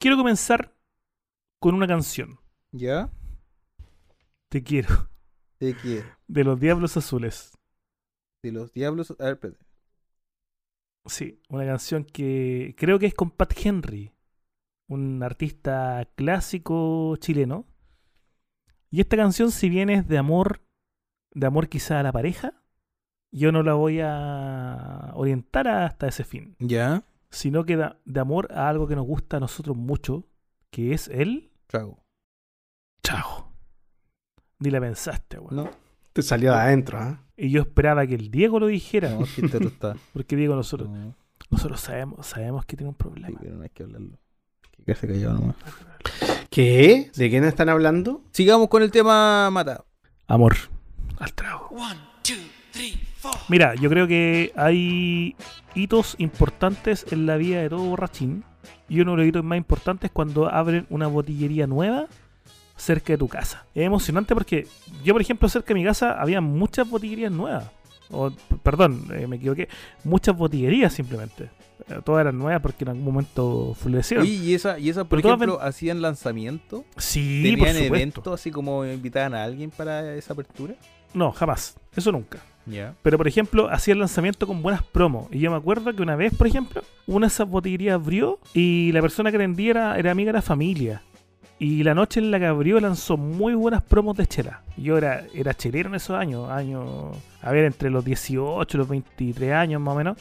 Quiero comenzar con una canción. ¿Ya? Te quiero. Te quiero. De los Diablos Azules. De los diablos. A ver, espérate. Sí, una canción que creo que es con Pat Henry, un artista clásico chileno. Y esta canción, si bien es de amor, de amor quizá a la pareja, yo no la voy a orientar hasta ese fin, ¿Ya? sino que da- de amor a algo que nos gusta a nosotros mucho, que es el Trago. chao. Ni la pensaste, weón. No, Te salió de adentro, ¿ah? Y yo esperaba que el Diego lo dijera, no, si te lo está. porque Diego, nosotros, No, nosotros sabemos, sabemos que tiene un sí, problema. pero no hay que hablarlo. Hay que se callado nomás. ¿Qué? ¿De quién están hablando? Sigamos con el tema mata. Amor al trago. Mira, yo creo que hay hitos importantes en la vida de todo borrachín. Y uno de los hitos más importantes es cuando abren una botillería nueva cerca de tu casa. Es emocionante porque yo, por ejemplo, cerca de mi casa había muchas botillerías nuevas. O, p- perdón, eh, me equivoqué. Muchas botillerías simplemente. Eh, Todas eran nuevas porque en algún momento florecieron. Oye, y esa, y esa por Pero todas ejemplo, hacían lanzamiento. sí, por Tenían supuesto. eventos así como invitaban a alguien para esa apertura. No, jamás. Eso nunca. Ya. Pero por ejemplo, hacía el lanzamiento con buenas promos. Y yo me acuerdo que una vez, por ejemplo, una de esas botillerías abrió y la persona que atendía era, era amiga de la familia. Y la noche en la que abrió lanzó muy buenas promos de chela. Yo era, era chelero en esos años, años, a ver, entre los 18 y los 23 años más o menos.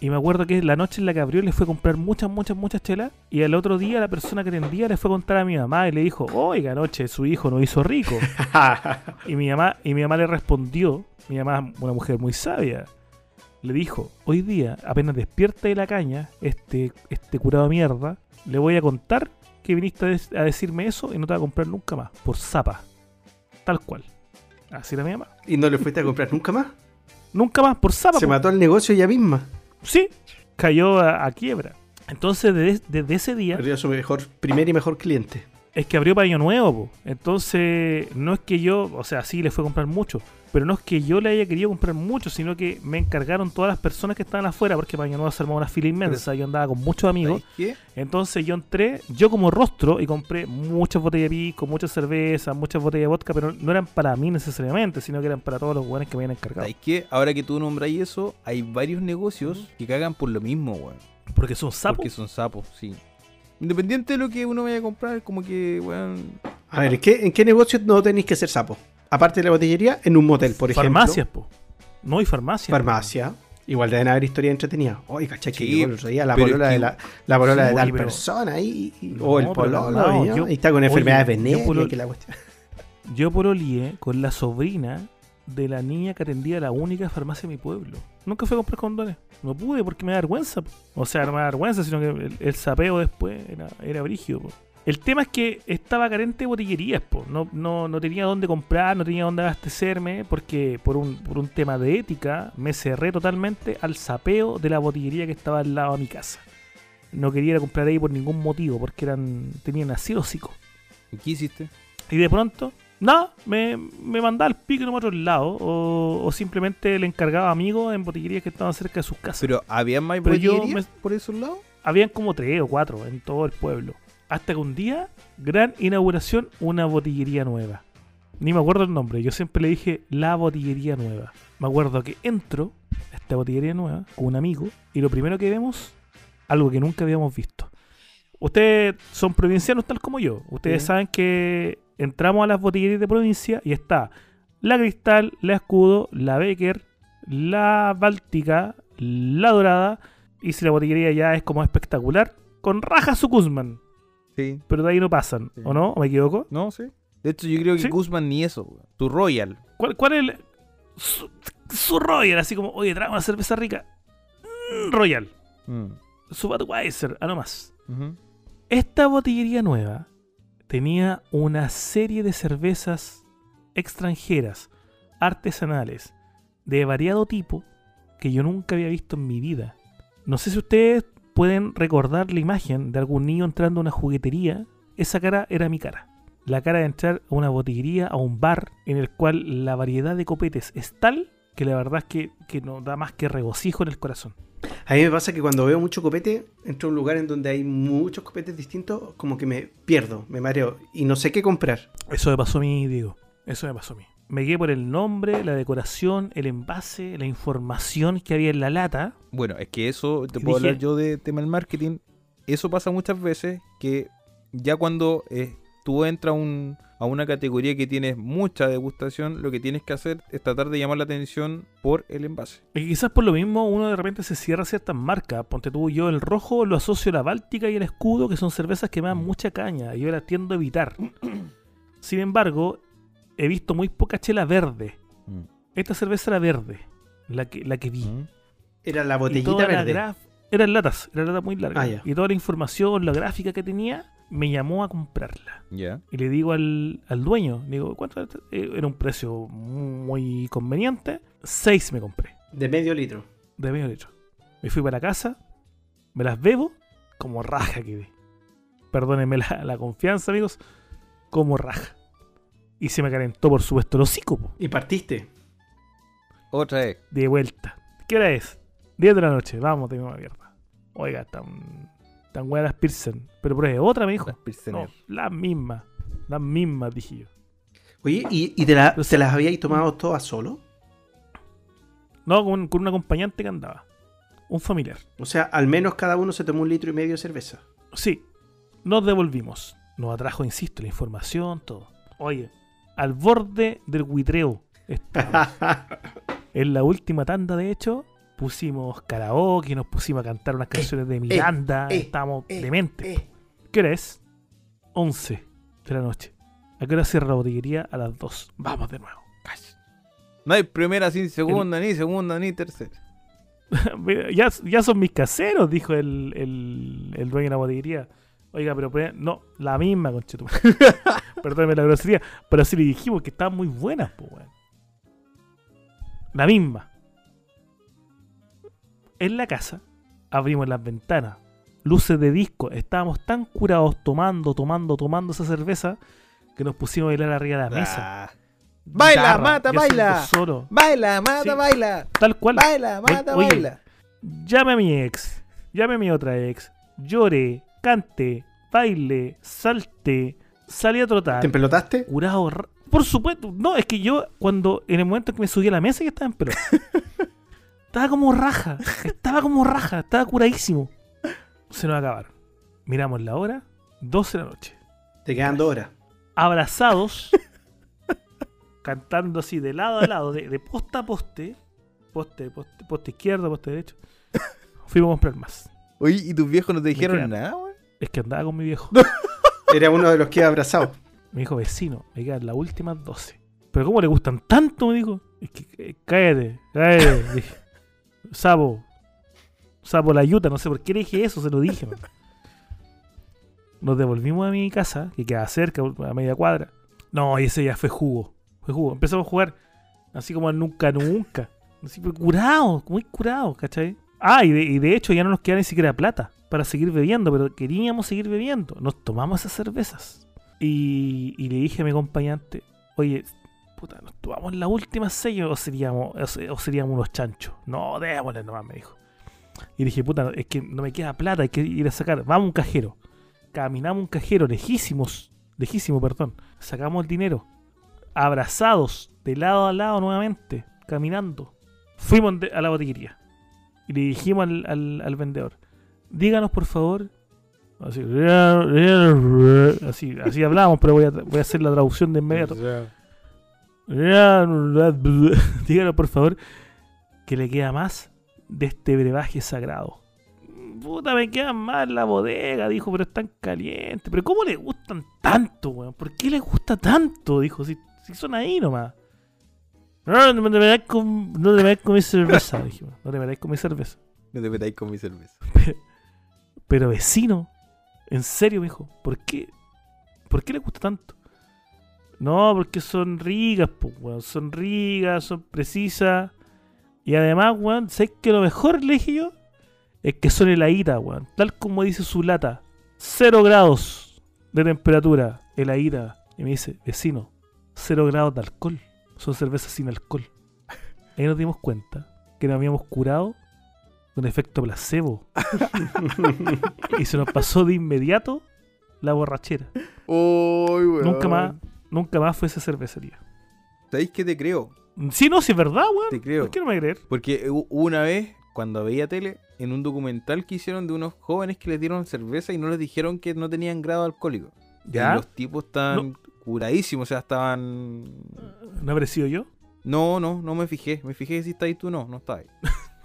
Y me acuerdo que la noche en la que abrió le fue a comprar muchas, muchas, muchas chelas. Y al otro día la persona que atendía le fue a contar a mi mamá y le dijo, oiga, anoche su hijo nos hizo rico. Y mi mamá, y mi mamá le respondió, mi mamá, una mujer muy sabia, le dijo, hoy día, apenas despierta de la caña, este, este curado de mierda, le voy a contar que viniste a, des- a decirme eso y no te va a comprar nunca más, por zapa. Tal cual. Así era mi mamá. ¿Y no le fuiste a comprar nunca más? Nunca más, por zapa. Se po. mató el negocio ella misma. Sí, cayó a, a quiebra. Entonces, desde, desde ese día, Perdió a su mejor, primer y mejor cliente. es que abrió para Año Nuevo, po. entonces no es que yo, o sea, sí le fue a comprar mucho, pero no es que yo le haya querido comprar mucho, sino que me encargaron todas las personas que estaban afuera, porque para Año Nuevo se armó una fila inmensa, yo andaba con muchos amigos, ¿Sabéis qué? entonces yo entré, yo como rostro, y compré muchas botellas de pisco, muchas cervezas, muchas botellas de vodka, pero no eran para mí necesariamente, sino que eran para todos los buenos que me habían encargado, ¿Sabéis qué? Ahora que tú nombráis eso, hay varios negocios que cagan por lo mismo, weón. porque son sapos. Porque son sapos, sí. Independiente de lo que uno vaya a comprar, como que, weón. A ver, ¿en qué, en qué negocio no tenéis que ser sapo? Aparte de la botillería, en un motel, por ejemplo. farmacias, po. No hay farmacias. Farmacia. Igual deben haber historias entretenidas. Oye, caché que Sí, llegó el otro día la pero polola es que- de la, la polola Sí, de tal pero- persona ahí. y- No, o el pero pololo. no, y, ¿no? yo- Y está con oye, enfermedades yo venéreas. polo- que la cuestión- Yo pololeé con la sobrina de la niña que atendía la única farmacia de mi pueblo. Nunca fui a comprar condones. No pude porque me da vergüenza. po. O sea, no me da vergüenza, sino que el, el sapeo después era, era brígido. po. El tema es que estaba carente de botillerías, po. No, no, no tenía dónde comprar, no tenía dónde abastecerme, porque por un, por un tema de ética me cerré totalmente al sapeo de la botillería que estaba al lado de mi casa. No quería ir a comprar ahí por ningún motivo, porque eran tenían así hocico. ¿Y qué hiciste? Y de pronto, nada, me, me mandaba al pico en otro lado. O, o simplemente le encargaba a amigos en botillerías que estaban cerca de sus casas. Pero había más Pero yo botillerías por esos lados. Habían como tres o cuatro en todo el pueblo. Hasta que un día, gran inauguración, una botillería nueva. Ni me acuerdo el nombre, yo siempre le dije la botillería nueva. Me acuerdo que entro a esta botillería nueva con un amigo y lo primero que vemos, algo que nunca habíamos visto. Ustedes son provincianos tal como yo. Ustedes Sí. saben que entramos a las botillerías de provincia y está la Cristal, la Escudo, la Becker, la Báltica, la Dorada. Y si la botillería ya es como espectacular, con raja su Guzmán. Sí. Pero de ahí no pasan, Sí. ¿o no? ¿O me equivoco? No, sí. De hecho, yo creo que Sí. Guzmán ni eso, weón. Tu Royal. ¿Cuál, cuál es el. Su, su Royal, así como, oye, trae una cerveza rica. Mm, Royal. Su Budweiser, a no más. Ujú. Esta botillería nueva tenía una serie de cervezas extranjeras, artesanales, de variado tipo, que yo nunca había visto en mi vida. No sé si ustedes pueden recordar la imagen de algún niño entrando a una juguetería. Esa cara era mi cara. La cara de entrar a una botillería, a un bar, en el cual la variedad de copetes es tal que la verdad es que, que nos da más que regocijo en el corazón. A mí me pasa que cuando veo mucho copete, entro a un lugar en donde hay muchos copetes distintos, como que me pierdo, me mareo y no sé qué comprar. Eso me pasó a mí, Diego. Eso me pasó a mí. Me guié por el nombre, la decoración, el envase, la información que había en la lata. Bueno, es que eso, te Y puedo dije- hablar yo de tema del marketing. Eso pasa muchas veces que ya cuando eh, tú entras a un- a una categoría que tienes mucha degustación, lo que tienes que hacer es tratar de llamar la atención por el envase. Y quizás por lo mismo uno de repente se cierra ciertas marcas. Ponte tú, yo el rojo lo asocio a la Báltica y el escudo, que son cervezas que me dan Mm. mucha caña y yo las tiendo a evitar. Sin embargo, he visto muy poca chela verde. Esta cerveza era verde, la que, la que vi. Era la Y Mm. botellita toda la verde. graf- Eran latas, eran latas muy largas. Ah, ya. Y toda la información, la gráfica que tenía, me llamó a comprarla. Ya. Y le digo al, al dueño, digo, ¿cuánto? es esto?". Eh, Era un precio muy conveniente. Seis me compré, De medio litro. de medio litro. Me fui para casa, me las bebo, como raja quedé. Perdónenme la, la confianza, amigos, como raja. Y se me calentó, por supuesto, el hocico, po. Y partiste. Otra vez. de vuelta. ¿Qué hora es? 10 de la noche. Vamos, tengo una mierda. Oiga, tan, tan buenas las Pearson. Pero pruebe otra, me dijo. las Pilsener. No, la misma. La misma, dije yo. Oye, ¿y, y te, la- te las habíais tomado todas solo? No, con, con un acompañante que andaba. Un familiar. O sea, al menos cada uno se tomó un litro y medio de cerveza. Sí, nos devolvimos. Nos atrajo, insisto, la información, todo. Oye, al borde del buitreo. En la última tanda, de hecho, pusimos karaoke, nos pusimos a cantar unas canciones de Miranda. eh, estábamos eh, dementes. Eh, ¿Qué hora es? 11 de la noche. ¿A qué hora cierra la botillería? A las 2. Vamos de nuevo. No hay primera sin segunda, ni segunda, ni tercera. Mira, ya, ya son mis caseros, dijo el, el, el dueño de la botillería. Oiga, pero pre- no, la misma, conchetumare. Perdóneme la grosería, pero así le dijimos que estaban muy buenas, pues, weón. La misma. En la casa abrimos las ventanas, luces de disco. Estábamos tan curados tomando, tomando, tomando esa cerveza que nos pusimos a bailar arriba de la mesa. ah. Baila, guitarra, mata, yo siento baila. solo. Baila, mata, Sí. baila. Tal cual. Baila, mata, oye. baila. Llame a mi ex. Llame a mi otra ex. Llore, cante, baile, salte, salí a trotar. ¿Te empelotaste? Curado. ra- Por supuesto. No, es que yo, cuando, en el momento en que me subí a la mesa, ya estaba en pelo. estaba como raja. Estaba como raja. Estaba curadísimo. Se nos acabaron. Miramos la hora. 12 de la noche. Te quedan dos horas. abrazados, cantando así de lado a lado, de, de posta a poste, poste, poste, poste izquierdo, poste derecho. Fuimos a comprar más. Oye, ¿y tus viejos no te dijeron quedan. nada, güey? Es que andaba con mi viejo. Era uno de los que abrazado. Me dijo, vecino, me quedan las últimas 12. Pero ¿cómo le gustan tanto? Me dijo. Es que eh, cállate, cállate. le dije. Sapo. Sapo la yuta, no sé por qué le dije eso, se lo dije. man. Nos devolvimos a mi casa, que queda cerca, a media cuadra. No, y ese ya fue jugo. Fue jugo. Empezamos a jugar así como al nunca, nunca. Así, pero curado, muy curado, ¿cachai? Ah, y de, y de hecho ya no nos queda ni siquiera plata para seguir bebiendo, pero queríamos seguir bebiendo. Nos tomamos esas cervezas. Y, y le dije a mi acompañante, oye, puta, nos tomamos la última sello o seríamos, o, se- o seríamos unos chanchos. No, démosle nomás, me dijo. Y le dije, puta, es que no me queda plata, hay que ir a sacar. Vamos a un cajero. Caminamos a un cajero, lejísimos, lejísimo, perdón. Sacamos el dinero. Abrazados, de lado a lado nuevamente, caminando. Fuimos de- a la botillería. Y le dijimos al, al- al vendedor, díganos por favor. Así, así, así hablamos, pero voy a, voy a hacer la traducción de inmediato. Díganos, por favor, que le queda más de este brebaje sagrado. Puta, me queda más la bodega, dijo, pero están calientes. Pero ¿cómo le gustan tanto, weón? ¿Por qué les gusta tanto? Dijo, si, si son ahí nomás. No, no te metáis con, no te metáis con mi cerveza, dije, no te metáis con mi cerveza. No te metáis con mi cerveza. Pero vecino, en serio, mijo, ¿por qué? ¿Por qué le gusta tanto? No, porque son ricas, pues, weón. Son ricas, son precisas. Y además, weón, ¿sabes que lo mejor, le dije yo? Es que son heladitas, weón. Tal como dice su lata. Cero grados de temperatura, heladita. Y me dice, vecino, cero grados de alcohol. Son cervezas sin alcohol. Ahí nos dimos cuenta que nos habíamos curado un efecto placebo. y se nos pasó de inmediato la borrachera. Uy, weón. Nunca más, nunca más fue esa cervecería. ¿Sabéis que te creo? Sí, no, sí, es verdad, weón. Te creo. ¿Por qué no me creer? Porque hu- hubo una vez, cuando veía tele, en un documental que hicieron de unos jóvenes que les dieron cerveza y no les dijeron que no tenían grado alcohólico. ¿Ya? Y los tipos estaban curadísimos, o sea, estaban... ¿No habré sido yo? No, no, no me fijé. Me fijé que si está ahí tú, no, no está ahí.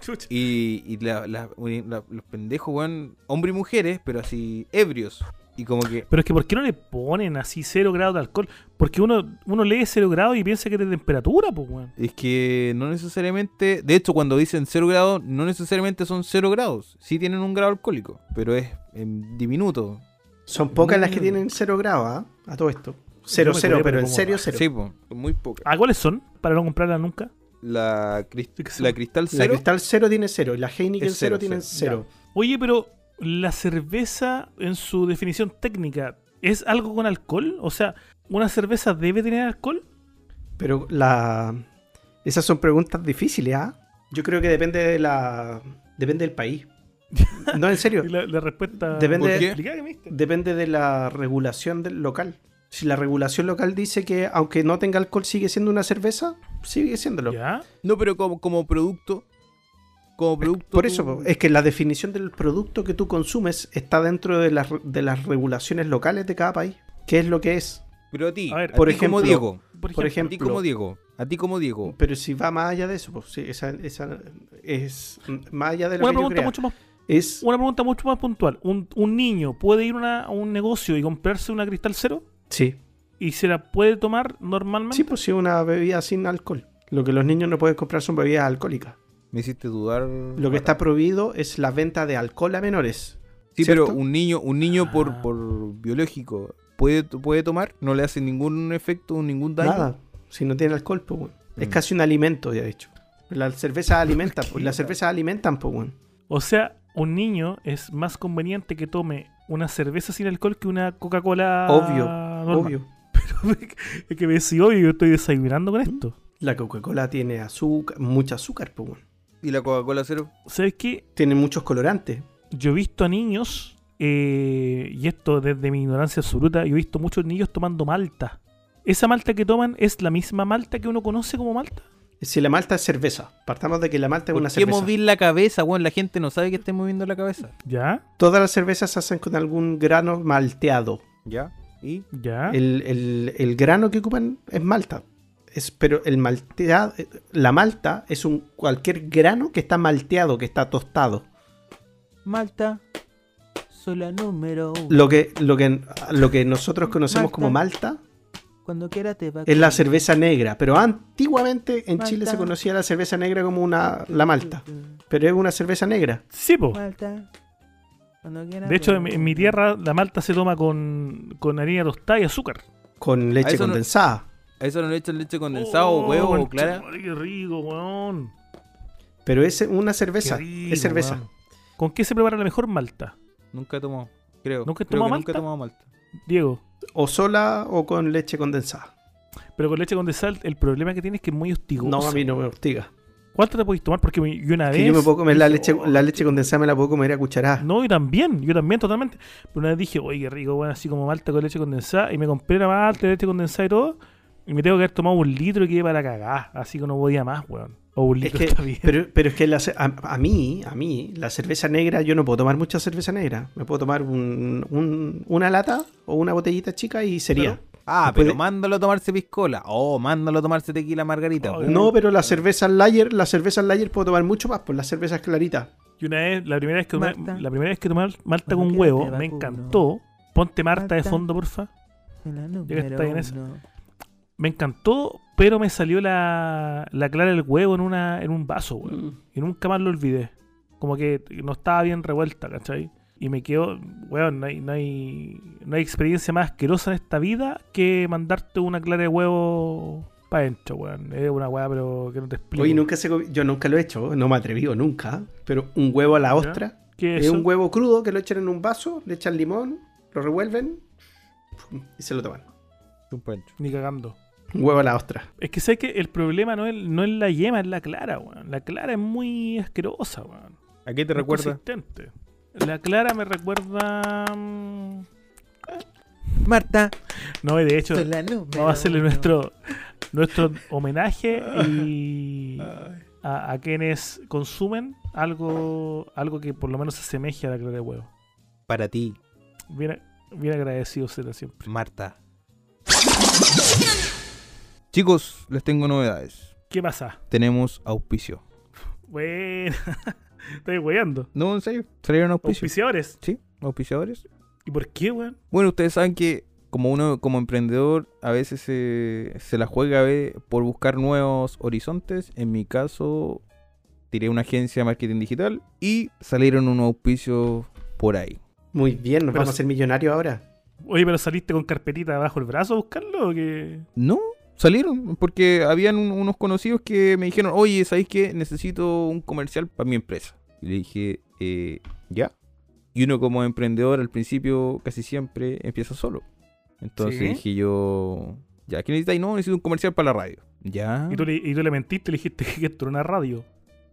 Chucha. Y, y la- la- la- los pendejos, weón, hombres y mujeres, pero así ebrios. Y como que... Pero es que ¿por qué no le ponen así cero grados de alcohol? Porque uno, uno lee cero grados y piensa que es de temperatura, pues, weón. Es que no necesariamente, de hecho cuando dicen 0 grados, no necesariamente son 0 grados, sí tienen un grado alcohólico, pero es en diminuto. Son pocas las Mm. que tienen cero grado, ¿ah? A todo esto. Cero, Yo me cero, curé, pero pero en ¿cómo serio, va? cero. Sí, po, muy poca. ¿A Ah, cuáles son? Para no comprarla nunca. La, cris- Sí que sí. la cristal La 0, Cristal cero tiene cero. y La Heineken Es cero, cero, tienen cero. cero. Oye, pero la cerveza en su definición técnica, ¿es algo con alcohol? O sea, ¿una cerveza debe tener alcohol? Pero la... Esas son preguntas difíciles, ¿ah? Yo creo que depende de la... Depende del país. No, en serio. Y La, la respuesta... Depende- ¿Por qué? Explicada que me diste. Depende de la regulación del local. Si la regulación local dice que aunque no tenga alcohol sigue siendo una cerveza, sigue siéndolo. ¿Ya? no, pero como, como producto, como producto... Por tú- eso, po, es que la definición del producto que tú consumes está dentro de las, de las regulaciones locales de cada país. ¿Qué es lo que es? Pero a ti, A ver, a por ti como ejemplo, Diego, Por ejemplo, Por a ti ejemplo, como Diego, a ti como Diego. pero si va más allá de eso, pues, sí, esa, esa es mm, más allá de lo una que yo pregunta crea. mucho más Es, una pregunta mucho más puntual. ¿Un, un niño puede ir una- a un negocio y comprarse una cristal cero? sí, ¿Y se la puede tomar normalmente? sí, pues sí, una bebida sin alcohol. Lo que los niños no pueden comprar son bebidas alcohólicas. Me hiciste dudar. Lo que está prohibido es la venta de alcohol a menores. Sí, ¿cierto? pero un niño, un niño por, Ah. por biológico puede, puede tomar, no le hace ningún efecto, ningún daño. Nada, si no tiene alcohol, pues, weón. Es Mm. casi un alimento, ya de hecho. Las cervezas alimentan, pues, las cervezas alimentan, pues, weón. O sea, un niño es más conveniente que tome una cerveza sin alcohol que una Coca-Cola. Obvio, normal. Obvio. es que me decís, obvio, yo estoy desayunando con esto. La Coca-Cola tiene azúcar, mucho azúcar, pues, weón. ¿Y la Coca-Cola cero? ¿Sabes qué? Tiene muchos colorantes. Yo he visto a niños, eh, y esto desde mi ignorancia absoluta, yo he visto muchos niños tomando malta. ¿Esa malta que toman es la misma malta que uno conoce como malta? Si la malta es cerveza, partamos de que la malta es ¿Por una qué cerveza. moví la cabeza, weón? La gente no sabe que esté moviendo la cabeza. ¿Ya? Todas las cervezas se hacen con algún grano malteado. ¿Ya? ¿Y? ¿Ya? El, el- el grano que ocupan es malta. Es, pero el malteado, la malta es un cualquier grano que está malteado, que está tostado. Malta, sola número uno. Lo que, lo que, lo que nosotros conocemos como malta Cuando quiera te va es la cerveza negra, pero antiguamente en Malta. Chile se conocía la cerveza negra como una la malta, pero es una cerveza negra. Sí, po. Malta. Cuando quiera De hecho, te en, va- en mi tierra la malta se toma con, con harina tostada y azúcar. Con leche eso no- condensada. ¿A eso no le echan leche Oh, condensado, huevo huevo, o clara? Qué rico, weón. Pero es una Qué cerveza. rico, es cerveza. weón. ¿Con qué se prepara la mejor malta, Nunca he tomado, creo. ¿Nunca he Creo que tomado Nunca he malta? tomado malta. Diego? O sola o con leche condensada. Pero con leche condensada el problema que tiene es que es muy hostigosa. No, a mí no me hostiga. ¿Cuánto te podéis tomar? Porque mi- yo una Que vez... yo me puedo comer la dije, leche, "Oh, la leche condensada me la puedo comer a cucharadas. No, yo también, yo también totalmente. Pero una vez dije, oye, qué rico, bueno, así como malta con leche condensada. Y me compré la malta, leche condensada y todo. Y me tengo que haber tomado un litro y quedé para cagar. Así que no podía más, weón. O un Es litro que- está bien. pero, pero es que la ce- a, a mí, a mí, la cerveza negra, yo no puedo tomar mucha cerveza negra. Me puedo tomar un- un- una lata o una botellita chica y sería. Ah, Después pero de- mándalo a tomarse piscola. Oh, mándalo a tomarse tequila margarita. Oh, Uh, No, pero las cervezas layer, las cervezas layer puedo tomar mucho más por las cervezas claritas. Y una vez, la primera vez que tomé, Marta. la primera vez que tomé malta con Marta, huevo, me te vacuno. encantó. Ponte Marta, de Marta. fondo, porfa. Sola que número está en esa. uno. Me encantó, pero me salió la, la clara del huevo en una en un vaso, Mm. weón. Y nunca más lo olvidé. Como que no estaba bien revuelta, ¿cachai? Y me quedó, weón, no hay, no hay, no hay experiencia más asquerosa en esta vida que mandarte una clara de huevo para adentro, weón. Es una weá, pero que no te explico. Oye, nunca se comi- yo nunca lo he hecho, no me atreví o nunca, pero un huevo a la ostra. ¿Qué Es eso? un huevo crudo que lo echan en un vaso, le echan limón, lo revuelven y se lo toman. un pancho. Ni cagando. Un huevo a la ostra. Es que sé que el problema no es, no es la yema, es la clara, weón. La clara es muy asquerosa, weón. ¿A qué te Muy recuerda? consistente. La clara me recuerda. mm, Marta, No, y de hecho, soy la número vamos a hacerle uno. nuestro, nuestro homenaje y a, a quienes consumen algo, algo que por lo menos se asemeje a la clara de huevo. Para ti, Bien, a- bien agradecido será siempre. Marta. Chicos, les tengo novedades. ¿Qué pasa? Tenemos auspicio. Bueno, estoy weyando. No, en serio, salieron auspicio. Auspiciadores. Sí, auspiciadores. ¿Y por qué, weón? Bueno, ustedes saben que como uno, como emprendedor, a veces se, se la juega ve, por buscar nuevos horizontes. En mi caso, tiré una agencia de marketing digital y salieron unos auspicios por ahí. Muy bien, nos Pero vamos a si- ser millonarios ahora. Oye, pero saliste con carpetita abajo el brazo a buscarlo o qué? No, salieron, porque habían un- unos conocidos que me dijeron, oye, ¿sabéis qué? Necesito un comercial para mi empresa. Y le dije, "Eh, ¿ya? Y uno como emprendedor al principio casi siempre empieza solo. Entonces Sí. dije yo, ¿ya? ¿Qué necesitáis? No, necesito un comercial para la radio. ¿Ya? Y tú, le, y tú le mentiste, le dijiste que esto era una radio.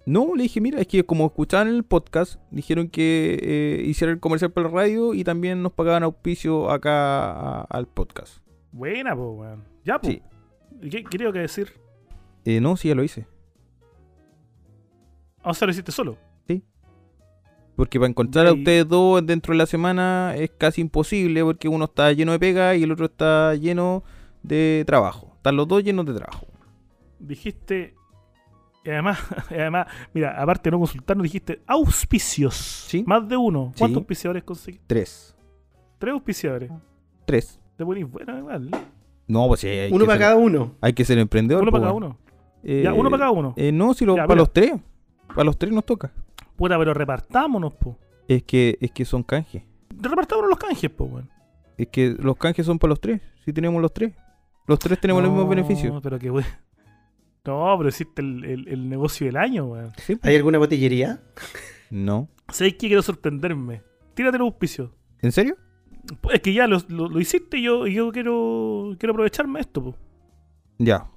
No, le dije, mira, es que como escuchaban el podcast, dijeron que eh, hiciera el comercial para la radio y también nos pagaban auspicio acá a- al podcast. Buena, po, weón. Ya, po. Sí. ¿Y qué, qué tengo que decir? Eh, no, sí, ya lo hice. Ah, O sea, lo hiciste solo. Porque para encontrar a Y- ustedes dos dentro de la semana es casi imposible porque uno está lleno de pega y el otro está lleno de trabajo. Están los dos llenos de trabajo. Dijiste. Y además, y además, mira, aparte de no consultarnos, dijiste auspicios. Sí. Más de uno. Sí. Ah. ¿Cuántos auspiciadores conseguiste? Tres. Tres auspiciadores. Tres. Te ponís bueno, igual. ¿eh? No, pues sí, hay, Uno que, para ser, cada uno. hay que ser emprendedor. Uno pues, para cada bueno. uno. Eh, ya, uno para cada uno. eh, no, si lo, Ya, para mira. los tres. Para los tres nos toca. Puta, pero repartámonos, po. Es que, es que son canjes. Repartámonos los canjes, po, weón. Es que los canjes son para los tres. Si tenemos los tres. Los tres tenemos los mismos beneficios. No, pero qué we- No, pero hiciste el, el- el negocio del año, weón. Sí, pues. ¿Hay alguna botillería? No. ¿Sabes qué? Quiero sorprenderme. Tírate el auspicio. ¿En serio? Pues es que ya lo, lo- lo hiciste y yo, y yo quiero, quiero aprovecharme de esto, po. Ya.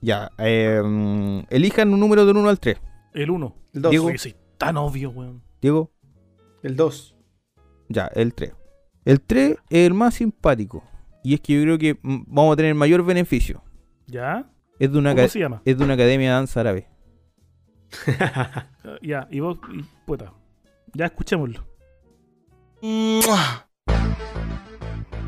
Ya. eh, mm, elijan un número del 1 al 3. El uno. El 2. Diego. Oye, soy tan obvio, weón. Diego. El 2. Ya, el 3. El 3 es el más simpático. Y es que yo creo que mm, vamos a tener mayor beneficio. ¿Ya? Es de una, ¿Cómo aca- se llama? es de una academia de danza árabe. Eh, ya, y vos, y, puta. Ya escuchémoslo.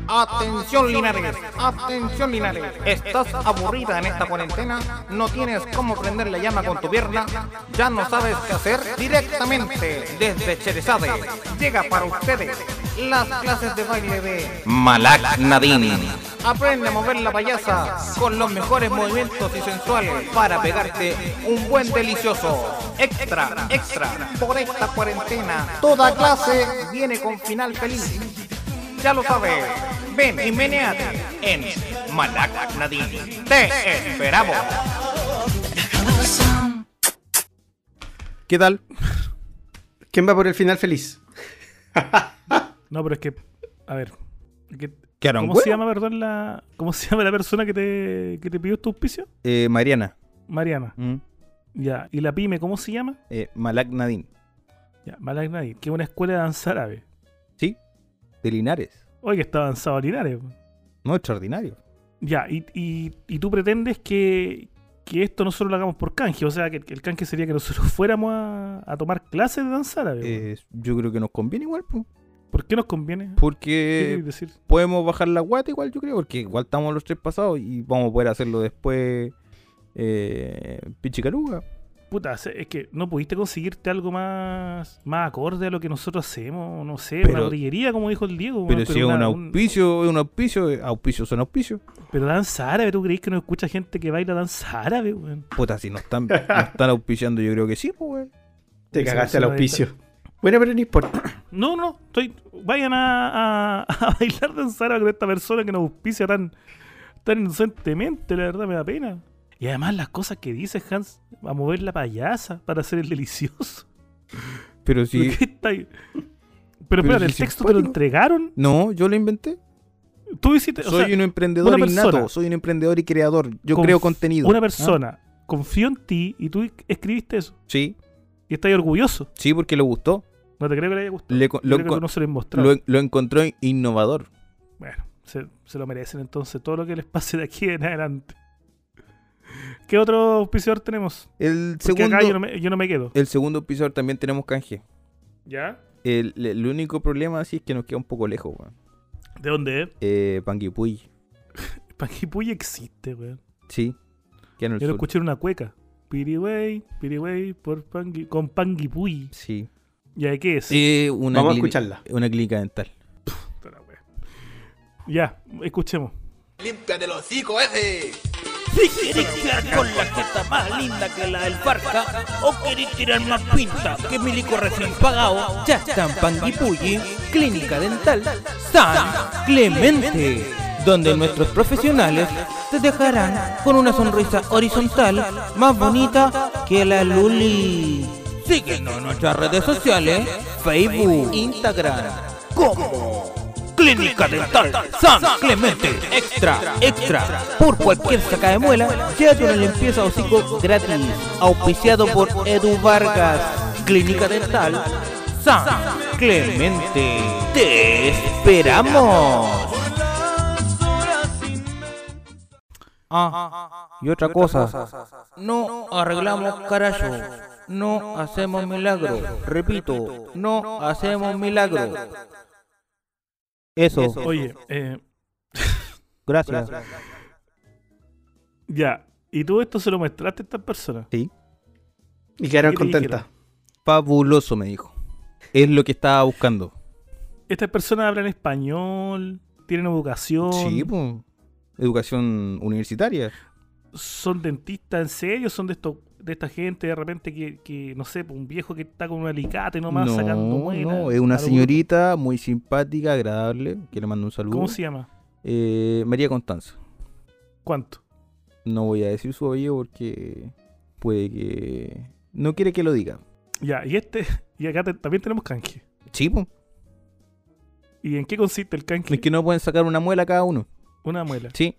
Atención Linares, atención Linares. ¿Estás aburrida en esta cuarentena? ¿No tienes cómo prender la llama con tu pierna? ¿Ya no sabes qué hacer? Directamente desde Cherezade llega para ustedes las clases de baile de Malak Nadine. Aprende a mover la payasa con los mejores movimientos y sensuales para pegarte un buen delicioso. Extra, extra. Por esta cuarentena, toda clase viene con final feliz. Ya lo sabes. Ven y meneate en Malak Nadine. Te esperamos. ¿Qué tal? ¿Quién va por el final feliz? No, pero es que. A ver. es que- Quedaron ¿Cómo buenos. se llama, perdón, la. ¿Cómo se llama la persona que te, que te pidió tu auspicio? Eh, Mariana. Mariana. Mm. Ya. ¿Y la pyme, cómo se llama? Eh, Malak Nadine. Ya, Malak Nadine, que es una escuela de danza árabe. ¿Sí? De Linares. Oye, que está avanzado a Linares. weón. No, extraordinario. Ya, y, y, y tú pretendes que, que esto nosotros lo hagamos por canje. O sea, que, que el canje sería que nosotros fuéramos a, a tomar clases de danza árabe. weón. Eh, yo creo que nos conviene igual, po. ¿Por qué nos conviene? ¿Qué porque quieres decir? podemos bajar la guata igual, yo creo, porque igual estamos los tres pasados y vamos a poder hacerlo después. Eh, Pichicaruga. Puta, se- es que no pudiste conseguirte algo más, más acorde a lo que nosotros hacemos, no sé, una Pero- botillería, como dijo el Diego. Pero weón, si es un una- auspicio, es un auspicio, eh, auspicios son auspicios. pero danza árabe, ¿tú crees que no escucha gente que baila danza árabe, weón? Puta, si nos están, nos están auspiciando, yo creo que sí, pues, weón. Te Eso- cagaste eso al no auspicio. Bueno, pero no importa. No, no, estoy. Vayan a, a- a bailar danza árabe con esta persona que nos auspicia tan, tan inocentemente, la verdad me da pena. Y además las cosas que dice Hans, a mover la payasa para hacer el delicioso. Pero si. ¿Qué está ahí? Pero, Pero espérate, si el texto te lo simpático. entregaron. No, yo lo inventé. Tú hiciste. o soy sea, un emprendedor una innato, persona- soy un emprendedor y creador. Yo Conf- creo contenido. Una ¿Ah? persona confió en ti y tú escribiste eso. Sí. Y Y estáis orgulloso. Sí, porque le gustó. No te creo que le haya gustado. Le co- Yo lo, creo que enco- tú no se lo has mostrado. lo, lo encontró in- innovador. Bueno, se, se lo merecen entonces todo lo que les pase de aquí en adelante. ¿Qué otro auspiciador tenemos? El Porque segundo, acá yo no, me, yo no me quedo. el segundo piso también tenemos canje. ¿Ya? El, el único problema así es que nos queda un poco lejos, weón. ¿De dónde es? Eh, Panguipulli. Panguipulli existe, weón. Sí. Queda en el Yo lo sur. escuché en una cueca. Piriway, Piriway, por Pangui, con Panguipulli. Sí. ¿Ya de qué es? Eh, una Vamos a clínica- escucharla. Una clínica dental. Puta la wea. Ya, escuchemos. ¡Límpiate los hocico ese! Si querés quedar con la jeta más linda que la del Farca o querés tirar más pinta que Milico recién pagado, Ya está en Panguipulli, Clínica Dental San Clemente, donde nuestros profesionales te dejarán con una sonrisa horizontal más bonita que la Luli. Síguenos en nuestras redes sociales, Facebook, Instagram, Clínica Dental San Clemente. Extra, extra. Por cualquier saca de muela, llévate una limpieza hocico gratis. Auspiciado por Edu Vargas. Clínica Dental San Clemente. Te esperamos. Ah, y otra cosa. No arreglamos carajo. No hacemos milagros. Repito, no hacemos milagros. Eso. Oye, eh, Gracias. ya. ¿Y tú esto se lo mostraste a estas personas? Y quedaron ¿Qué te contentas. Fabuloso, me dijo. Es lo que estaba buscando. ¿Estas personas hablan español? ¿Tienen educación? Sí, pues. Educación universitaria. ¿Son dentistas en serio? ¿Son de estos de esta gente de repente que, que, no sé, pues, un viejo que está con un alicate nomás sacando No, muela? no, es una Algo- señorita muy simpática, agradable, que le mando un saludo. ¿Cómo se llama? Eh, María Constanza. ¿Cuánto? No voy a decir su apellido porque puede que... No quiere que lo diga. Ya, y este, y acá te- también tenemos canje. Sí, po. ¿Y en qué consiste el canje? Es que no pueden sacar una muela cada uno. Una muela. Sí.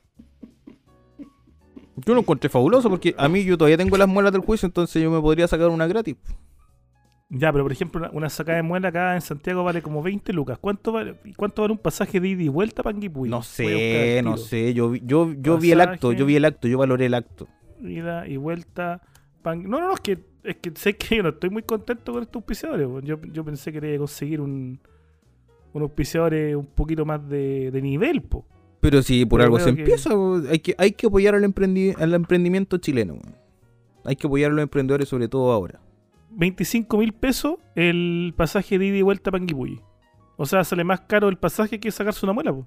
Yo lo encontré fabuloso porque a mí yo todavía tengo las muelas del juicio, entonces yo me podría sacar una gratis. Ya, pero por ejemplo, una, una sacada de muela acá en Santiago vale como 20 lucas. ¿Cuánto vale, cuánto vale un pasaje de ida y vuelta para Panguipulli? no Voy a buscar sé, al no tiro. sé. Yo, vi- yo, yo vi el acto, Pasaje. yo vi el acto, yo valoré el acto. Ida y vuelta. Pan- No, no, no, es que, es que sé que yo no estoy muy contento con estos auspiciadores. weón. Yo, yo pensé que quería conseguir un, un auspiciador eh, un poquito más de, de nivel, po. Pero si por Pero algo se creo que- empieza, bo, hay que, hay que apoyar al, emprendi- al emprendimiento chileno. bo. Hay que apoyar a los emprendedores, sobre todo ahora. 25 mil pesos el pasaje de ida y vuelta a Panguipulli. O sea, sale más caro el pasaje que sacarse una muela, po.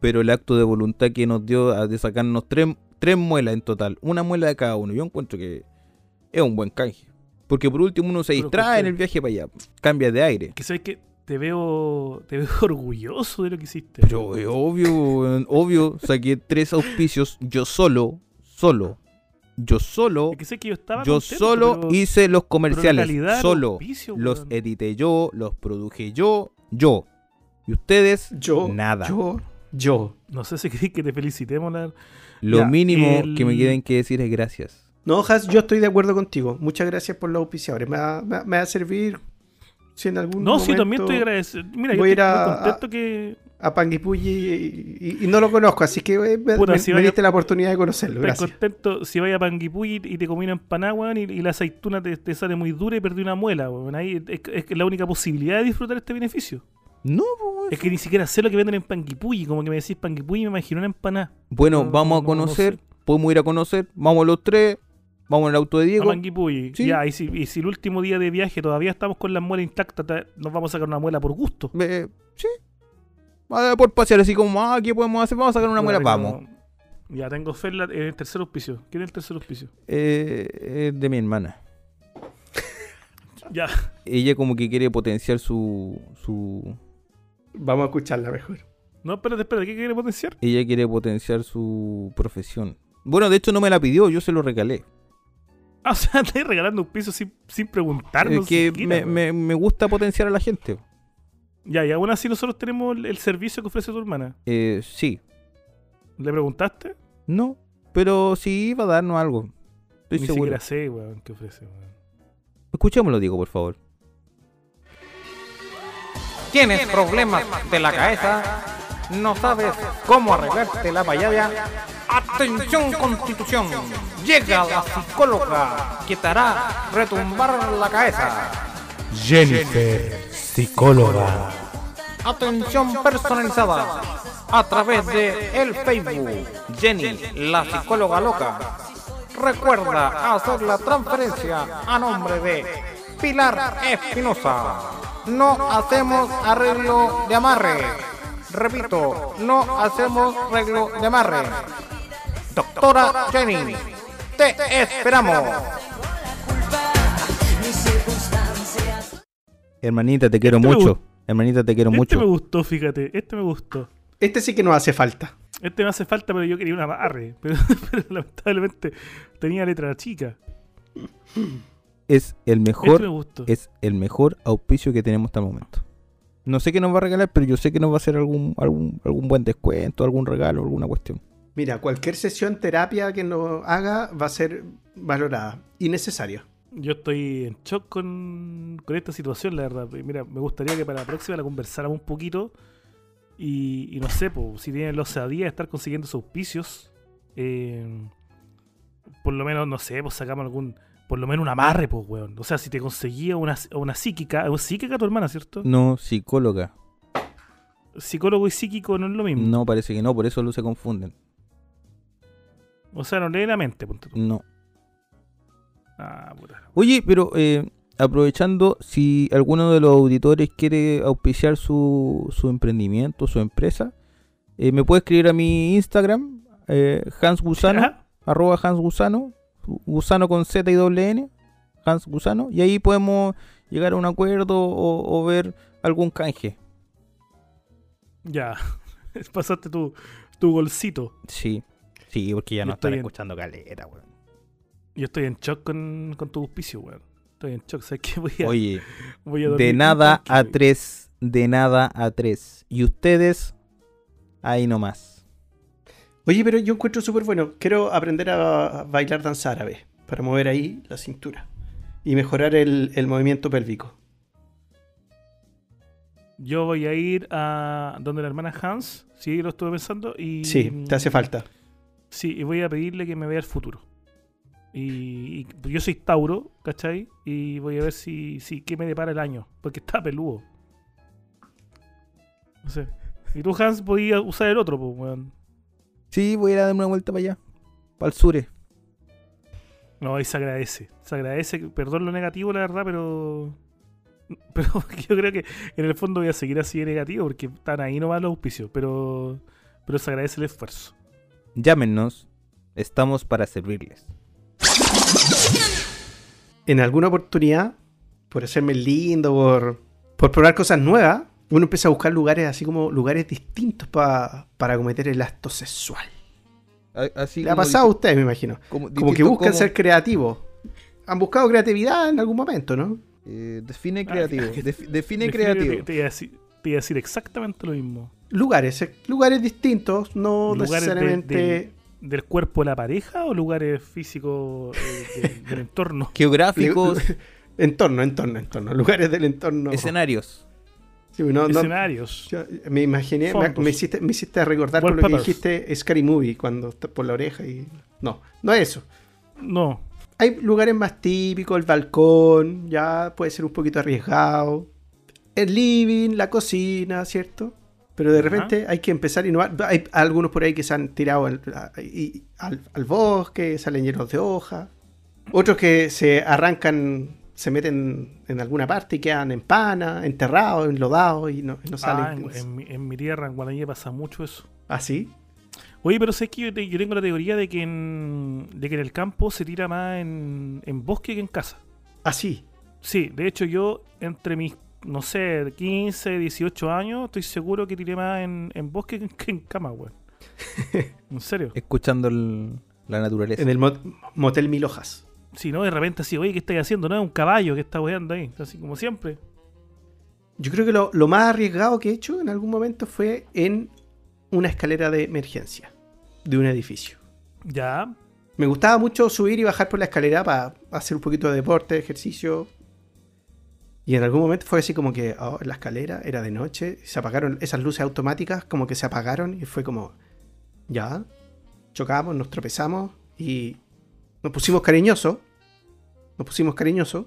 Pero el acto de voluntad que nos dio a- de sacarnos tres, tres muelas en total, una muela de cada uno, yo encuentro que es un buen canje. Porque por último uno se Pero distrae en cuestión- el viaje para allá, cambia de aire. Que sabes que te veo, te veo orgulloso de lo que hiciste. Pero es obvio, weón, obvio, saqué tres auspicios yo solo, solo, yo solo, Es que sé que yo estaba yo contento, solo pero- hice los pero la comerciales, calidad del solo. auspicio, Los weón. edité yo, los produje yo, yo. Y ustedes, Yo. nada. Yo. Yo. No sé si querés que te felicitemos, la... Lo Ya, mínimo que me el- tienen que decir es gracias. No, Has, yo estoy de acuerdo contigo. Muchas gracias por los auspiciadores. Me va, me va- me va a servir si en algún No, momento sí, también estoy agradecido. Mira, yo voy a ir estoy a- muy contento que a Panguipulli y, y- y no lo conozco, así que eh, me, Puta, me- si me vaya- diste la oportunidad de conocerlo. Estás Gracias. contento si vaya a Panguipulli y te comí una empanada, weón, y, y la aceituna te, te sale muy dura y perdí una muela, weón. Ahí es, es la única posibilidad de disfrutar este beneficio. No, pues, Es que ni siquiera sé lo que venden en Panguipulli. Como que me decís Panguipulli y me imagino una empanada. Bueno, No, no, vamos a no conocer, podemos ir a conocer, vamos los tres, vamos en el auto de A Diego. Panguipulli. Sí. Ya, y si, y si el último día de viaje todavía estamos con la muela intacta, ta- nos vamos a sacar una muela por gusto. Eh, sí. Ah, Por pasear así como, ah, ¿qué podemos hacer? Vamos a sacar una muela, Puta, vamos. tengo- Ya, tengo fe en, la- en el tercer auspicio. ¿Quién es el tercer auspicio? Eh, eh, de mi hermana. Ya. Ella como que quiere potenciar su, su... Vamos a escucharla mejor. No, espérate, espérate. ¿Qué quiere potenciar? Ella quiere potenciar su profesión. Bueno, de hecho no me la pidió, yo se lo regalé. Ah, o sea, estoy regalando un piso sin, sin preguntarnos. Es que siquiera, me, weón. me- me gusta potenciar a la gente. Ya, y aún así nosotros tenemos el, el servicio que ofrece tu hermana. Eh, sí, ¿Le preguntaste? no, pero sí va a darnos algo. Estoy Ni seguro. siquiera sé, weón, qué ofrece, weón. Escuchémoslo, Diego, por favor. ¿Tienes problemas de la cabeza? ¿No sabes cómo arreglarte la payaya? Atención Constitución, llega la psicóloga que te hará retumbar la cabeza. Jennifer, psicóloga. Atención personalizada a través de el Facebook Jenny, la psicóloga loca. Recuerda hacer la transferencia a nombre de Pilar Espinosa. No hacemos arreglo de amarre. Repito, no hacemos arreglo de amarre. Doctora Jenny, te esperamos. Hermanita, te quiero Este me mucho. gusta. Hermanita, te quiero Este mucho. me gustó, fíjate. Este me gustó. Este sí que nos hace falta. Este me hace falta, pero yo quería una amarre. Pero, pero lamentablemente tenía letra chica. Es el Este mejor, me gustó. es el mejor auspicio que tenemos hasta el momento. No sé qué nos va a regalar, pero yo sé que nos va a hacer algún, algún, algún buen descuento, algún regalo, alguna cuestión. Mira, cualquier sesión terapia que nos haga va a ser valorada. Y necesaria. Yo estoy en shock con, con esta situación, la verdad. Y Mira, me gustaría que para la próxima la conversáramos un poquito. Y, y no sé, po, si tienen la osadía de estar consiguiendo sus auspicios, eh, por lo menos, no sé, pues sacamos algún. Por lo menos un amarre, pues, weón. O sea, si te conseguía una, una psíquica. ¿Es psíquica tu hermana, cierto? No, psicóloga. Psicólogo y psíquico no es lo mismo. No, parece que no, por eso los se confunden. O sea, no lee la mente, ponte tú. No. Ah, puta. Oye, pero eh, aprovechando, si alguno de los auditores quiere auspiciar su, su emprendimiento, su empresa, eh, me puede escribir a mi Instagram, eh, Hans Gusano, Ajá. arroba Hans Gusano, Gusano con Z y doble N, Hans Gusano, y ahí podemos llegar a un acuerdo o, o ver algún canje. Ya. Pasaste tu, tu golcito. Sí, sí, porque ya Yo no estoy están en- escuchando caleta, weón. Yo estoy en shock con, con tu auspicio, weón. Estoy en shock, ¿sabes qué? Voy a, Oye, voy a dormir de nada tranquilo. a tres, de nada a tres. Y ustedes, ahí nomás. Oye, pero yo encuentro súper bueno. Quiero aprender a bailar danza árabe para mover ahí la cintura y mejorar el, el movimiento pélvico. Yo voy a ir a donde la hermana Hans, sí, lo estuve pensando, y... Sí, te hace falta. Sí, y voy a pedirle que me vea el futuro. Y, y- pues yo soy Tauro, ¿cachai? Y voy a ver si, si qué me depara el año, porque está peludo. No sé. Y tú, Hans, podías usar el otro, pues, weón. Sí, voy a ir a darme una vuelta para allá. Para el sure. No, ahí se agradece. Se agradece. Perdón lo negativo, la verdad, pero. Pero yo creo que en el fondo voy a seguir así de negativo porque están ahí nomás los auspicios. Pero. Pero se agradece el esfuerzo. Llámenos. Estamos para servirles. En alguna oportunidad, por hacerme el lindo, por, por probar cosas nuevas, uno empieza a buscar lugares así como lugares distintos pa- para cometer el acto sexual. Así Le ha pasado a ustedes, me imagino. Como que buscan ser creativos. Han buscado creatividad en algún momento, ¿no? eh, define creativo, define Te, te iba a decir, te iba a decir exactamente lo mismo. Lugares, eh, lugares distintos, no Lugares de- necesariamente... del- ¿Del cuerpo de la pareja o lugares físicos eh, del- del entorno? Geográficos, Entorno, entorno, entorno. Lugares del entorno. escenarios. Sí, no, no. Escenarios. Yo- me imaginé, me, Fondos. me hiciste, me hiciste recordar con lo que Wallpapers. dijiste Scary Movie cuando está por la oreja y. No, no es eso. No. Hay lugares más típicos, el balcón, ya puede ser un poquito arriesgado. El living, la cocina, ¿cierto? Pero de repente hay que empezar a innovar. Hay algunos por ahí que se han tirado al, a- y- al- al bosque, salen llenos de hojas. Otros que se arrancan, se meten en alguna parte y quedan en pana, enterrados, enlodados y no, no Ah, salen. ¿Ah, en, en mi- en mi tierra, en Guadañé, pasa mucho eso. ¿Así? Oye, pero sé que yo, te- yo tengo la teoría de que, en, de que en el campo se tira más en, en bosque que en casa. Así. Sí, de hecho yo entre mis, no sé, 15, 18 años, estoy seguro que tiré más en, en bosque que en, que en cama, weón. En serio. Escuchando el- la naturaleza. En el mot- motel Mil Hojas. Si no, de repente así, oye, ¿qué estáis haciendo? No, es un caballo que está weando ahí, así como siempre. Yo creo que lo, lo más arriesgado que he hecho en algún momento fue en una escalera de emergencia de un edificio. Ya, Me gustaba mucho subir y bajar por la escalera para hacer un poquito de deporte, ejercicio, Y en algún momento fue así como que oh, la escalera era de noche, se apagaron esas luces automáticas, como que se apagaron y fue como, ya, chocamos, nos tropezamos y nos pusimos cariñosos, nos pusimos cariñosos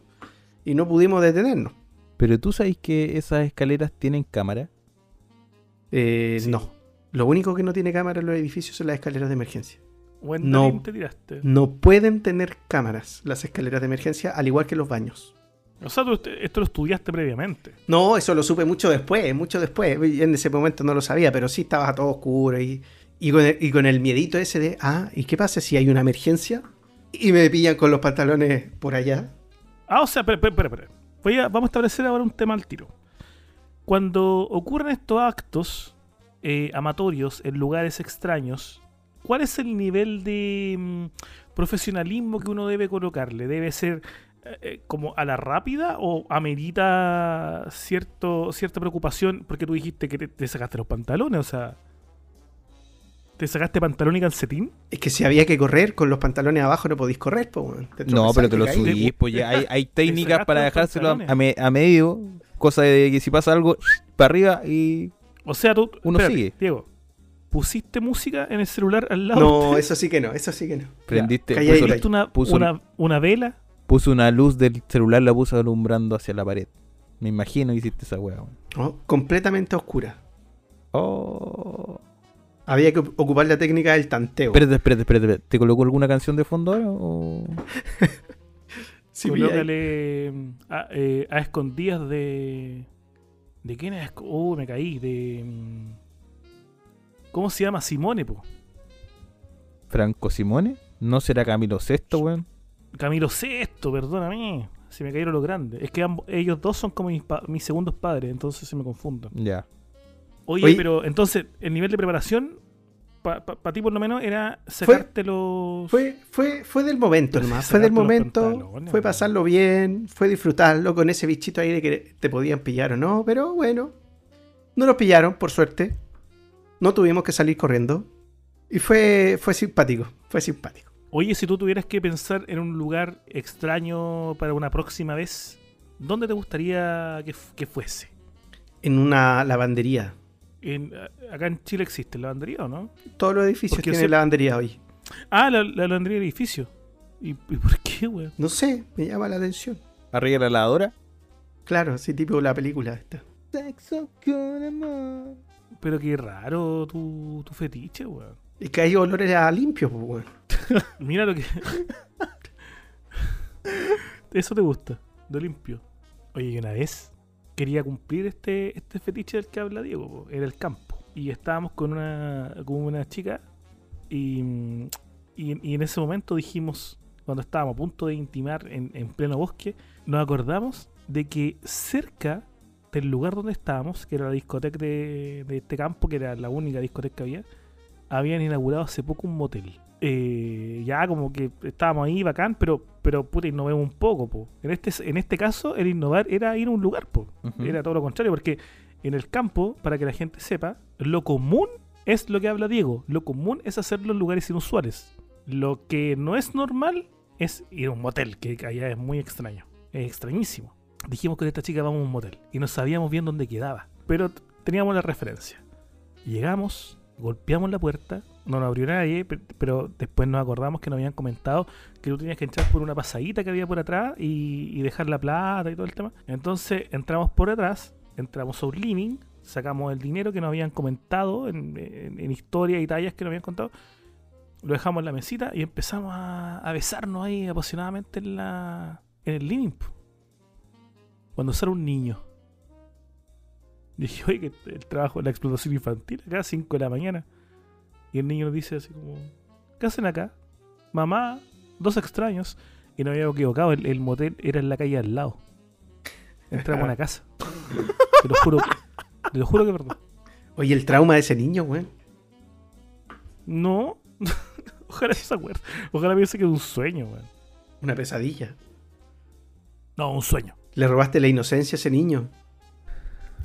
y no pudimos detenernos. Pero tú sabes que esas escaleras tienen cámara. Eh, No, lo único que no tiene cámara en los edificios son las escaleras de emergencia. Wendelin, No. te tiraste. No pueden tener cámaras las escaleras de emergencia, al igual que los baños. O sea, tú est- esto lo estudiaste previamente. No, eso lo supe mucho después, mucho después. En ese momento no lo sabía, pero sí estabas a todo oscuro y, y, con el, y con el miedito ese de, ah, ¿y qué pasa si hay una emergencia? Y me pillan con los pantalones por allá. Ah, o sea, espera, espera, espera, espera. Voy a- vamos a establecer ahora un tema al tiro. Cuando ocurren estos actos eh, amatorios en lugares extraños, ¿cuál es el nivel de mm, profesionalismo que uno debe colocarle? ¿Debe ser eh, eh, como a la rápida o amerita cierto, cierta preocupación? Porque tú dijiste que te, te sacaste los pantalones, o sea... ¿Te sacaste pantalón y calcetín? Es que si había que correr con los pantalones abajo no podéis correr, po, weón. Te No, tropezaste pero te y lo caíste. subís, pues ya hay, hay técnicas sacaste para los dejárselo a, pantalones. a me- a medio, cosa de que si pasa algo, para arriba y... O sea, tú... Uno espérate, sigue. Diego, ¿pusiste música en el celular al lado? No, eso sí que no, eso sí que no. Prendiste, Calla ahí, puso, ¿Pusiste una, puso un- una, una vela? puso una luz del celular, la puso alumbrando hacia la pared. Me imagino que hiciste esa weá. weón. No, completamente oscura. Oh. Había que ocupar la técnica del tanteo. Espérate, espérate, espérate, espérate. ¿Te colocó alguna canción de fondo ahora? o- Sí, vi ahí. Colócale mm, a, eh, a escondidas de. ¿De quién es? Oh, me caí. De. mm, ¿Cómo se llama? Simone, po. ¿Franco Simone? ¿No será Camilo VI, weón? Camilo Sexto, perdóname. Se me cayeron los grandes. Es que ambos- ellos dos son como mis, pa- mis segundos padres, entonces se me confunden. Ya. Oye, Oye. pero entonces, el nivel de preparación, para ti por lo menos, era sacarte los. Fue, fue, fue del momento Pero nomás, si fue del sacaste los momento, pantalones, fue weón. pasarlo bien, fue disfrutarlo con ese bichito ahí de que te podían pillar o no, pero bueno, no nos pillaron, por suerte, no tuvimos que salir corriendo y fue, fue simpático, fue simpático. Oye, si tú tuvieras que pensar en un lugar extraño para una próxima vez, ¿dónde te gustaría que f- que fuese? En una lavandería, En- a- acá en Chile existe la lavandería, ¿o no? todos los edificios Porque tienen se- lavandería hoy, Ah, la, la lavandería del edificio. ¿Y, y por qué, weón? no sé, me llama la atención. ¿Arriba de la lavadora? Claro, sí, tipo la película esta. Sexo con amor. Pero qué raro tu, tu fetiche, weón. Y que hay olores a limpio, pues, weón. Mira lo que. Eso te gusta, de limpio. Oye, y una vez quería cumplir este, este fetiche del que habla Diego, po, era el campo. Y estábamos con una, con una chica y, mm, y- y en ese momento dijimos, cuando estábamos a punto de intimar en, en pleno bosque, nos acordamos de que cerca del lugar donde estábamos, que era la discoteca de, de este campo, que era la única discoteca que había, habían inaugurado hace poco un motel. Eh, ya como que estábamos ahí bacán, pero, pero puta, innovemos un poco, po. En este, en este caso, el innovar era ir a un lugar, po. Ujú. Era todo lo contrario, porque en el campo, para que la gente sepa, lo común es lo que habla Diego. Lo común es hacerlo en lugares inusuales. Lo que no es normal es ir a un motel, que allá es muy extraño. Es extrañísimo. Dijimos que esta chica vamos a un motel y no sabíamos bien dónde quedaba, pero t- teníamos la referencia. Llegamos, golpeamos la puerta, no nos abrió nadie, pe- pero después nos acordamos que nos habían comentado que tú tenías que entrar por una pasadita que había por atrás y, y dejar la plata y todo el tema. Entonces entramos por atrás, entramos a un living, sacamos el dinero que nos habían comentado en, en- en historias y tallas que nos habían contado, lo dejamos en la mesita y empezamos a, a besarnos ahí apasionadamente en, la, en el living. po. Cuando era un niño. Dije, oye, que el trabajo, la explotación infantil, acá a 5 de la mañana. Y el niño nos dice así como, ¿qué hacen acá? Mamá, dos extraños. Y no habíamos equivocado, el, el motel era en la calle al lado. Entramos a una casa. Te lo juro, te lo juro que es verdad. Oye, el trauma de ese niño, weón. No, ojalá se acuerde. Ojalá piense que es un sueño, weón. Una pesadilla. No, un sueño. Le robaste la inocencia a ese niño.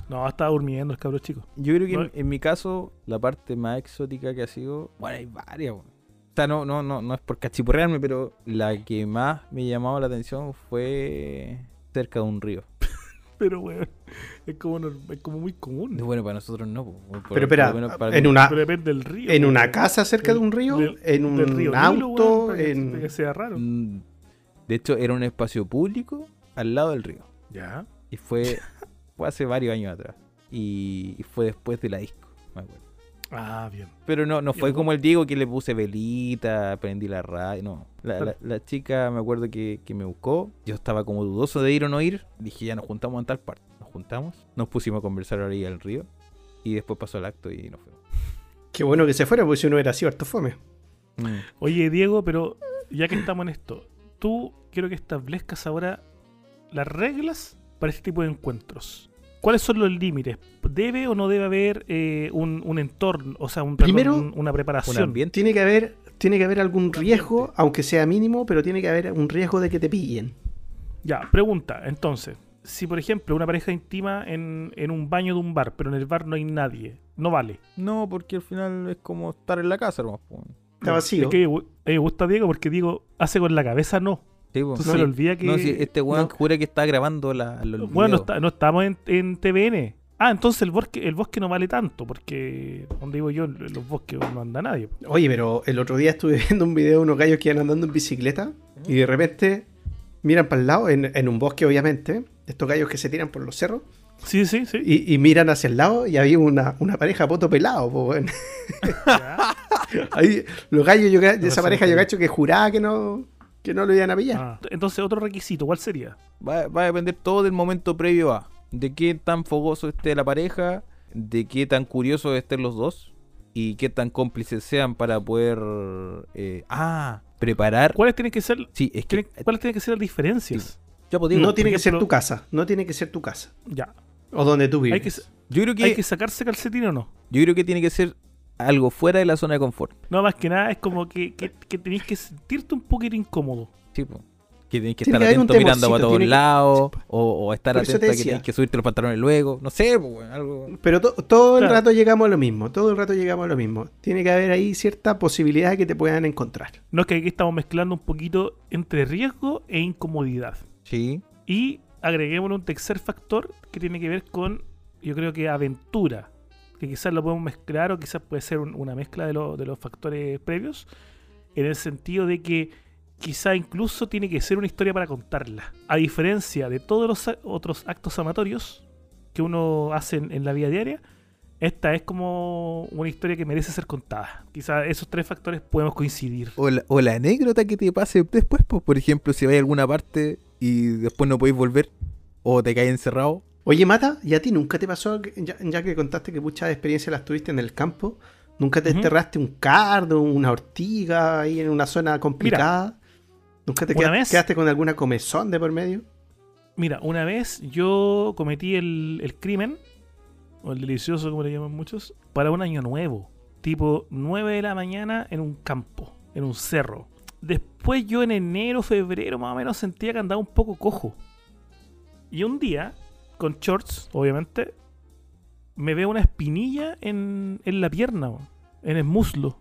No, estaba durmiendo el cabro chico. Yo creo que No. en, en mi caso, la parte más exótica que ha sido. Bueno, hay varias, weón. O sea, no, no, no, no es por cachiporrearme, pero la que más me llamaba la atención fue cerca de un río. Pero, weón, es como, nor- es como muy común. Bueno, para nosotros no. po. Por- por- Pero espera, por lo menos para en algún- Pero una, depende del río. ah, en weón. una casa cerca de un río, Del- en del un río Nilo, auto, weón, para que- para que en... sea raro. Mm, De hecho, era un espacio público al lado del río. Ya. Y fue, fue hace varios años atrás. Y, y fue después de la disco, me acuerdo. Ah, bien. Pero no, no Ya, fue pues. como el Diego que le puse velita, prendí la radio, no. La, la- la chica me acuerdo que, que me buscó, yo estaba como dudoso de ir o no ir, dije ya nos juntamos en tal parte, nos juntamos, nos pusimos a conversar ahora orilla del río y después pasó el acto y nos fuimos. Qué bueno que se fuera, porque si no era así, harto fome. Mm, Oye, Diego, pero ya que estamos en esto, tú quiero que establezcas ahora las reglas para este tipo de encuentros. ¿Cuáles son los límites? ¿Debe o no debe haber eh, un, un entorno, o sea, un, perdón, Primero, un- una Un preparación? ambiente. Tiene que haber, tiene que haber algún riesgo, aunque sea mínimo, pero tiene que haber un riesgo de que te pillen. Ya, pregunta, entonces, si por ejemplo una pareja intima en, en un baño de un bar, pero en el bar no hay nadie, no vale. No, porque al final es como estar en la casa, hermano. Está Es vacío. que me gusta Diego porque Diego hace con la cabeza no. Sí, po. Entonces se le olvida que... No, sí, este no. weón jura que está grabando la, los Bueno, no, videos. está- no estamos en, en TVN. Ah, entonces el bosque, el bosque no vale tanto, porque donde vivo yo, en los bosques no anda nadie. Oye, pero el otro día estuve viendo un video de unos gallos que iban andando en bicicleta y de repente miran para el lado, en, en un bosque obviamente, estos gallos que se tiran por los cerros, Sí, sí, sí. y, y miran hacia el lado y había una, una pareja poto pelado. po, weón. Ya. Ahí, los gallos, yo, ca- de esa razón, pareja yo sí. cacho que juraba que no, que no lo iban a pillar. Ah, Entonces, otro requisito, ¿cuál sería? Va, va a depender todo del momento previo a. De qué tan fogoso esté la pareja, de qué tan curiosos estén los dos y qué tan cómplices sean para poder... eh, ah, preparar... ¿Cuáles tienen que ser, Sí, es que... eh, tienen- cuáles tienen que ser las diferencias? Ya, pues, Diego, no tiene por que ser ejemplo- tu casa, no tiene que ser tu casa. Ya. O donde tú vives. Hay que, sa- yo, creo hay que, que sacarse calcetín o no. yo creo que tiene que ser algo fuera de la zona de confort. No, más que nada es como que, que, que tenéis que sentirte un poquito incómodo. Sí, pues. Que tienes que Tiene estar que haber un atento mirando para temorcito, todos tiene que- pues. lados o, o estar Por eso atento a te que decía. tienes que subirte los pantalones luego. No sé, pues, weón, algo... Pero to- todo el Claro. rato llegamos a lo mismo, todo el rato llegamos a lo mismo. Tiene que haber ahí cierta posibilidad de que te puedan encontrar. No es que aquí estamos mezclando un poquito entre riesgo e incomodidad. Sí. Y agreguémosle un tercer factor que tiene que ver con, yo creo que aventura. Que quizás lo podemos mezclar o quizás puede ser un- una mezcla de, lo- de los factores previos. En el sentido de que quizá incluso tiene que ser una historia para contarla. A diferencia de todos los a- otros actos amatorios que uno hace en, en la vida diaria, esta es como una historia que merece ser contada. Quizás esos tres factores podemos coincidir. O la, o la anécdota que te pase después, pues, por ejemplo, si vais a alguna parte y después no podéis volver, o te caes encerrado. Oye, Mata, ¿y a ti nunca te pasó, que- ya, ya que contaste que muchas experiencias las tuviste en el campo, nunca te Ujú. enterraste un cardo, una ortiga ahí en una zona complicada? ¿Nunca te una queda- vez- quedaste con alguna comezón de por medio? Mira, una vez yo cometí el, el crimen, o el delicioso como le llaman muchos, para un año nuevo, tipo 9 de la mañana en un campo, en un cerro. Después yo en enero, febrero más o menos sentía que andaba un poco cojo. Y un día, con shorts, obviamente, me veo una espinilla en, en la pierna, weón, en el muslo.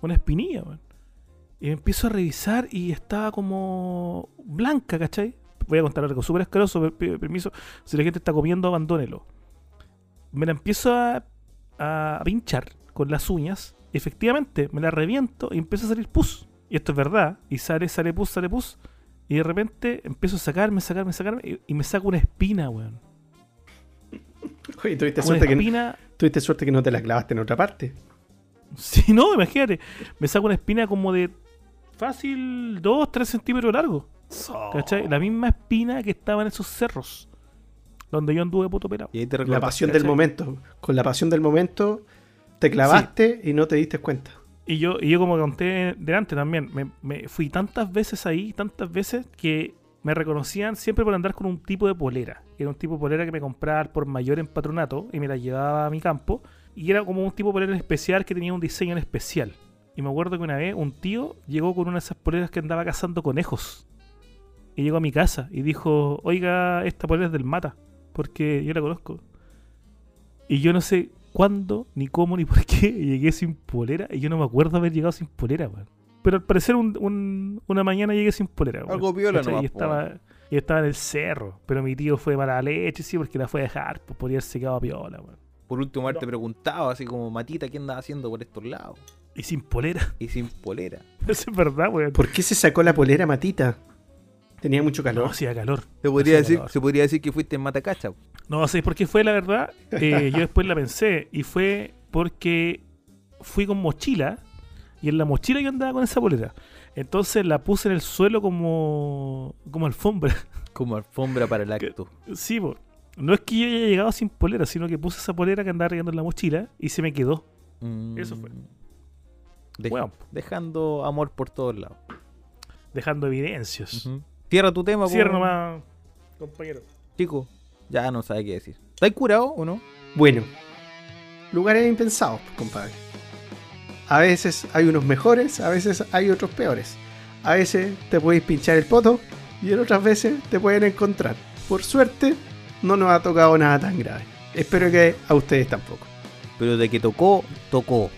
Una espinilla, weón. Y me empiezo a revisar y estaba como blanca, ¿cachai? Voy a contar algo súper asqueroso, per- per- permiso. Si la gente está comiendo, abandónelo. Me la empiezo a, a pinchar con las uñas. Efectivamente, me la reviento y empieza a salir pus. Y esto es verdad. Y sale, sale pus, sale pus. Y de repente empiezo a sacarme, sacarme, sacarme. Y, y me saco una espina, weón. Oye, tuviste Una suerte, que, espina. tuviste suerte que no te la clavaste en otra parte. Sí, no, imagínate. Me saco una espina como de fácil 2, 3 centímetros largo. ¿Cachai? La misma espina que estaba en esos cerros. Donde yo anduve puto pelado. Y ahí te la recuerdas, pasión del ¿cachai? momento. Con la pasión del momento te clavaste y no te diste cuenta. Y yo, y yo como conté delante también, me, me fui tantas veces ahí, tantas veces, que me reconocían siempre por andar con un tipo de polera. Era un tipo de polera que me compraba al por mayor en patronato y me la llevaba a mi campo. Y era como un tipo de polera especial que tenía un diseño en especial. Y me acuerdo que una vez un tío llegó con una de esas poleras que andaba cazando conejos. Y llegó a mi casa y dijo, oiga, esta polera es del mata, porque yo la conozco. Y yo no sé cuándo, ni cómo, ni por qué llegué sin polera. Y yo no me acuerdo haber llegado sin polera, weón. Pero al parecer un- un- una mañana llegué sin polera. weón. Algo viola ¿Cachai? nomás, Y po, estaba, y estaba en el cerro. Pero mi tío fue mala leche, sí, porque la fue a dejar. Pues podía haberse quedado a piola, weón. Por último, te preguntaba así como, Matita, ¿qué andas haciendo por estos lados? Y sin polera. Y sin polera. Eso es verdad, weón. ¿Por qué se sacó la polera Matita? Tenía mucho calor. No, hacía calor. Se podría, Hacía decir, calor. se podría decir que fuiste en Matacacha. No, sé por qué fue la verdad? Eh, yo después la pensé y fue porque fui con mochila y en la mochila yo andaba con esa boleta. Entonces la puse en el suelo como, como alfombra. Como alfombra para el acto. Sí, po. no es que yo haya llegado sin polera, sino que puse esa polera que andaba regando en la mochila y se me quedó. Mm. Eso fue. Dej- Weón. Dejando amor por todos lados. Dejando evidencias. Cierra tu tema, po, Cierra nomás, compañero. Chico, ya no sabe qué decir. ¿Estás curado o no? Bueno, lugares impensados, compadre. A veces hay unos mejores, a veces hay otros peores. A veces te puedes pinchar el poto y en otras veces te pueden encontrar. Por suerte, no nos ha tocado nada tan grave. Espero que a ustedes tampoco. Pero de que tocó, tocó.